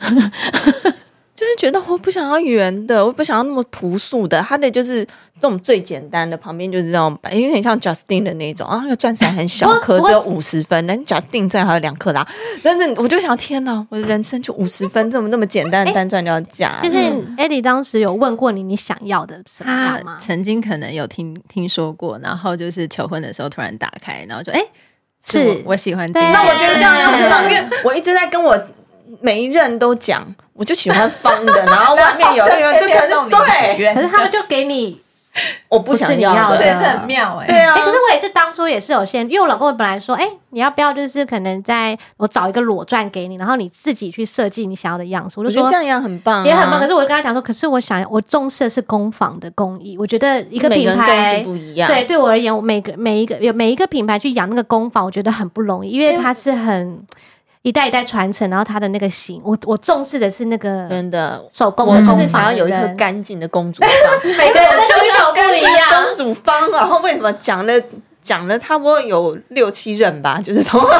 就是觉得我不想要圆的，我不想要那么朴素的，他的就是这种最简单的，旁边就是那种有点像 Justin 的那种啊，那个钻石还很 小不过颗，不只过有五十分，人 Justin 这样还有两克拉，但是我就想，天哪，我的人生就五十分，怎么那么简 单的单哎钻就要嗯加？就是艾莉当时有问过你，你想要的什么样吗？曾经可能有听听说过，然后就是求婚的时候突然打开，然后就哎、是我我喜欢这对个。那我觉得这样很棒，因为我一直在跟我每一任都讲，我就喜欢方的，然后外面有那个，就可 是对，可是他们就给你，我不想要不的，是你这也要是的很妙 哎、对啊哎、。可是我也是当初也是有限，因为我老公本来说，哎、你要不要就是可能在我找一个裸钻给你，然后你自己去设计你想要的样子，我我就觉说得这样也很棒啊，也很棒。可是我就跟他讲说，可是我想要我重视的是工坊的工艺，我觉得一个每品人重牌视不一样，对，对我而言，我每个每一个有每一个品牌去养那个工坊，我觉得很不容易，因为它是很一代一代传承，然后它的那个型，我我重视的是那个真的，手工我的就工是想坊要的有一颗人干净的公 主方，每个人的就需求想不干一净样的公主方，啊然后为什么讲了讲了差不多有六七任吧，就是从 六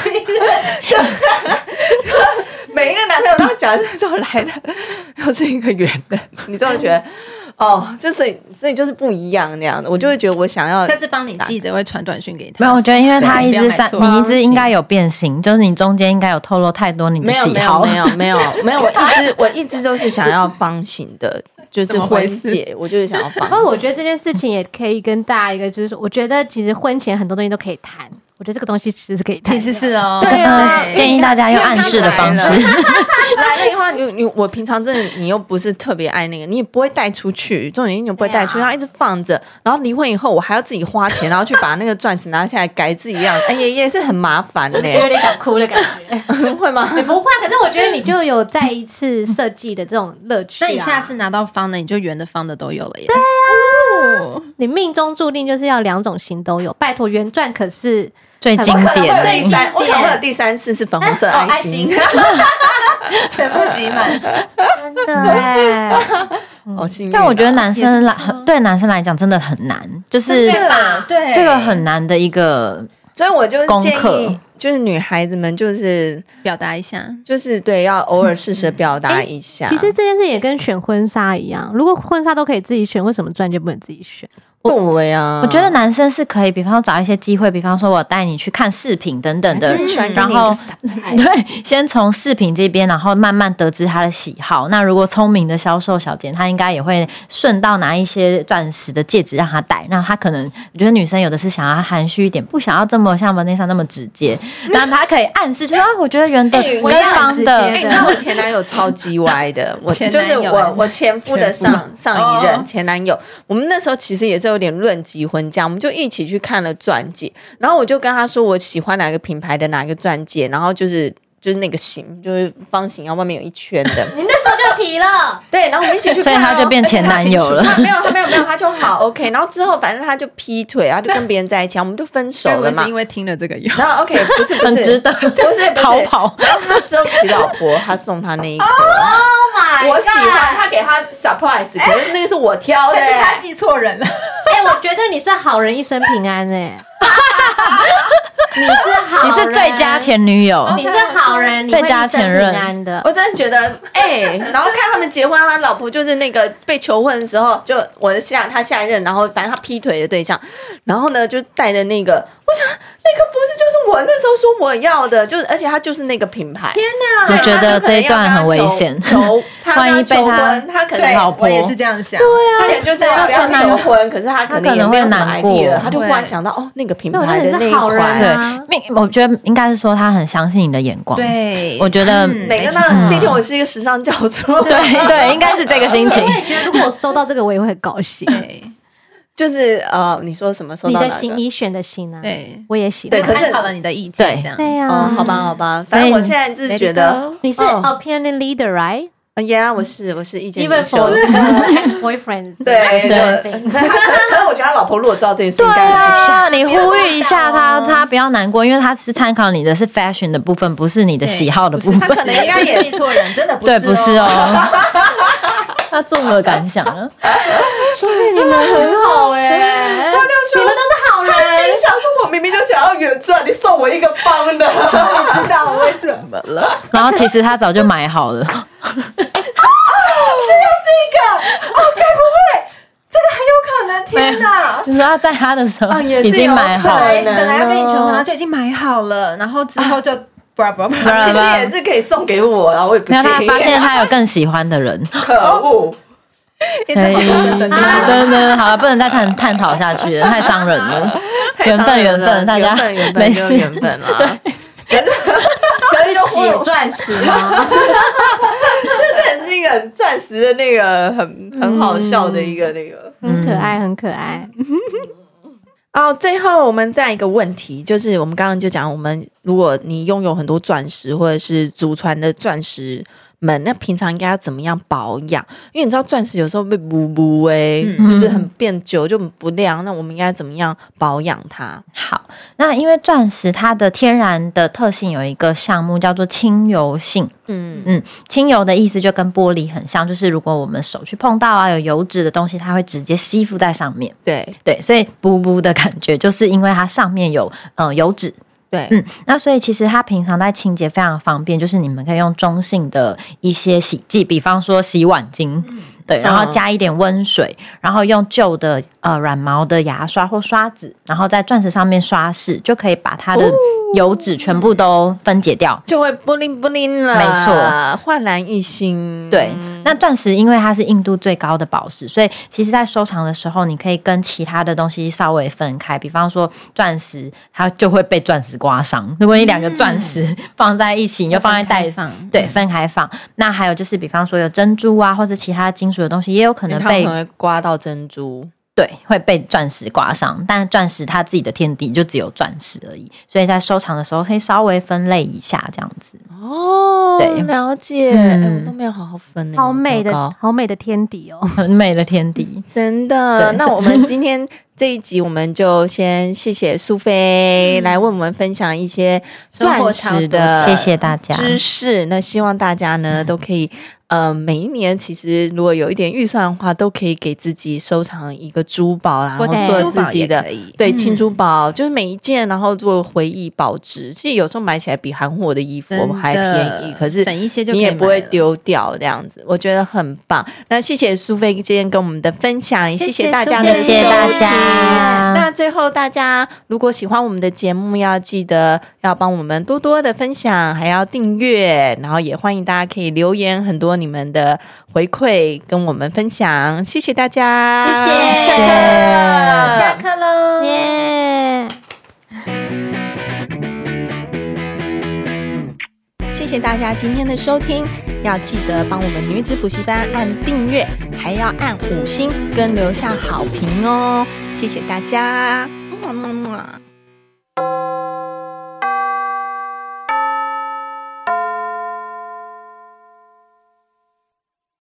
七任，对，每一个男朋友都讲之后来的又是一个圆的，你就会觉得哦，就是所以就是不一样那样的，我就会觉得我想要下次帮你记得会传短讯给他。 没有，我觉得因为他对一不要直买三，错你一直应该有变形，就是你中间应该有透露太多你的没有喜没有好。没有没有没有，我一直我一直都是想要方形的，就是怎么回婚事戒，我就是想要方不过我觉得这件事情也可以跟大家一个，就是说我觉得其实婚前很多东西都可以谈，我觉得这个东西其实是可以谈其的。实是哦，对啊嗯建议大家用暗示的方式 因，来了的话，你你我平常真的你又不是特别爱那个，你也不会带出去，重点你也不会带出去，对然啊后一直放着，然后离婚以后我还要自己花钱，然后去把那个钻石拿下来改自己样 子，哎也也是很麻烦嘞、有点想哭的感觉，会吗？也 不会。可是我觉得你就有再一次设计的这种乐趣、啊。那你下次拿到方的，你就圆的方的都有了耶。你命中注定就是要两种型都有。拜托，原钻可是最经哦我可能会典有第的。三，我可能会有第三次是粉红色哦爱心，全部挤满。真的哎、好幸运啊。但我觉得男生来很对男生来讲真的很难，就是对吧 对这个很难的一个 所以我就功建课议，就是女孩子们就是表达一下，就是对，要偶尔适时地表达一下。其实这件事也跟选婚纱一样，如果婚纱都可以自己选，为什么钻就不能自己选？对啊呀，我觉得男生是可以，比方说找一些机会，比方说我带你去看视频等等的很喜欢，给然你一个后 surprise 对，先从视频这边，然后慢慢得知他的喜好。那如果聪明的销售小姐，她应该也会顺道拿一些钻石的戒指让他戴。那他可能，我觉得女生有的是想要含蓄一点，不想要这么像 Vanessa 那么直 接，那她可以暗示说啊，我觉得圆的哎跟我也很方直的接哎、对那我前男友超级歪的，我前就是男友还我是我前夫的前夫上上一哦任前男友，我们那时候其实也是有点论及婚嫁，我们就一起去看了钻戒，然后我就跟他说我喜欢哪个品牌的哪个钻戒，然后就是。就是那个形，就是方形，然后外面有一圈的。你那时候就提了， 对，然后我们一起去所看以哦、他就变前男友了而且他没有，他没有，没有，他就好 OK。然后之后反正他就劈腿，然后就跟别人在一起，我们就分手该 不了会嘛是因。为听了这个有？然后 OK，不是不很是，值得不 是不是逃 跑。然后他之后娶老婆，他送他那一颗。我喜欢他给他 surprise，可是哎那个是我挑的、记错人 了？哎、我觉得你是好人一生平安哎、你是好，你是最佳，前女友，哦你是好人，你会最佳一生前任平安的。我真的觉得，哎、然后看他们结婚，他老婆就是那个被求婚的时候，就我的下他下一任，然后反正他劈腿的对象，然后呢就带着那个，我想那个不是就是我那时候说我要的，就是而且他就是那个品牌，天我觉得这一段很危险。求他万 跟他一求被他婚，他可能对老，婆我也是这样想。对他可能就是要不要求婚，可是他可能也没有什么他可能会 idea，难过他就忽然想到哦，那个品对，我觉牌得你的那是一好人款，啊。命，我觉得应该是说他很相信你的眼光。，对我觉得嗯每个呢，毕竟我是一个时尚教主， 对对，应该是这个心情我。也觉得，如果我收到这个，我也会很高兴。对 就是呃，你说什么收你到的哪型，个？你选的型啊，对我也喜欢。对对，可可是是考了你的意见，对这样对呀、哦，好吧，好吧，反正我现在就是觉得，你是哦 opinion leader right？呃，Yeah，我是我是意见 Even 领 for 袖。 ex boyfriends， 对对 对，可是可是我觉得他老婆如果知道这件事情，对应该很不爽啊，你呼吁一下他，他不要难过，因为他是参考你的是 fashion 的部分，不是你的喜好的部他可分。能应该也记错人，真的不哦对，不是。哦。他作何感想啊？你们很好哎、你们都是好人。他 心想说：“我明明就想要原钻，你送我一个方的， 知道为什么了？然后其实他早就买好了，哎、你说他在他的时候啊，也是已经买好有可能了，本来要跟你求婚，他就已经买好了，然后之后就。啊叭叭叭，其实也是可以送给我啊啦，我也不没有介他意。发现他有更喜欢的人，可 恶，一直所以等等等等啊对等，对对，好了，不能再探探讨下去了，太伤人了。太伤人缘分缘分了大家啊缘分缘分没就事缘分啊啦。可是血钻石吗？ 这真的是一个很钻石的那个很很好笑的一个那个。很可爱，很可爱。哦，最后我们再一个问题，就是我们刚刚就讲，我们如果你拥有很多钻石或者是祖传的钻石们，那平常应该要怎么样保养？因为你知道钻石有时候被补补哎，就是很变久就不亮，那我们应该怎么样保养它？好，那因为钻石它的天然的特性有一个项目叫做亲油性，嗯嗯，轻油的意思就跟玻璃很像，就是如果我们手去碰到啊有油脂的东西，它会直接吸附在上面。对对，所以布布的感觉，就是因为它上面有呃油脂。对，嗯，那所以其实它平常在清洁非常方便，就是你们可以用中性的一些洗剂，比方说洗碗巾，对，然后加一点温水，然后用旧的呃软毛的牙刷或刷子，然后在钻石上面刷拭，就可以把它的油脂全部都分解掉。就会不灵不灵了，没错，焕然一新。对，那钻石因为它是硬度最高的宝石，所以其实在收藏的时候，你可以跟其他的东西稍微分开。比方说钻石，它就会被钻石刮伤。如果你两个钻石放在一起，你就放在袋分子开放对，分开放。那还有就是，比方说有珍珠啊，或者其他金属的东西，也有可因为能它们被可能会刮到珍珠。对会被钻石刮伤。但钻石它自己的天敌就只有钻石而已，所以在收藏的时候可以稍微分类一下，这样子。哦，对了解，嗯哎我都没有好好分呢，好美糟的糕，好美的天敌哦！很美的天敌，真的。对 那是我们今天这一集，我们就先谢谢苏菲来为我们分享一些钻石的谢谢大家。知识。那希望大家呢都可以。呃，每一年其实如果有一点预算的话，都可以给自己收藏一个珠宝啦，然后对做自己的可以，对青珠宝，就是每一件，然后做回忆保值。其实有时候买起来比韩货的衣服真的还便宜，可是省一些就可你以也不会买了丢掉，这样子，我觉得很棒。那谢谢苏菲今天跟我们的分享，也谢谢大家苏的菲收谢谢大听家那最后，大家如果喜欢我们的节目，要记得要帮我们多多的分享，还要订阅，然后也欢迎大家可以留言很多你们的回馈跟我们分享，谢谢大家，谢谢下课，下课喽，耶！谢谢大家今天的收听，要记得帮我们女子补习班按订阅，还要按五星跟留下好评哦，谢谢大家，么么么。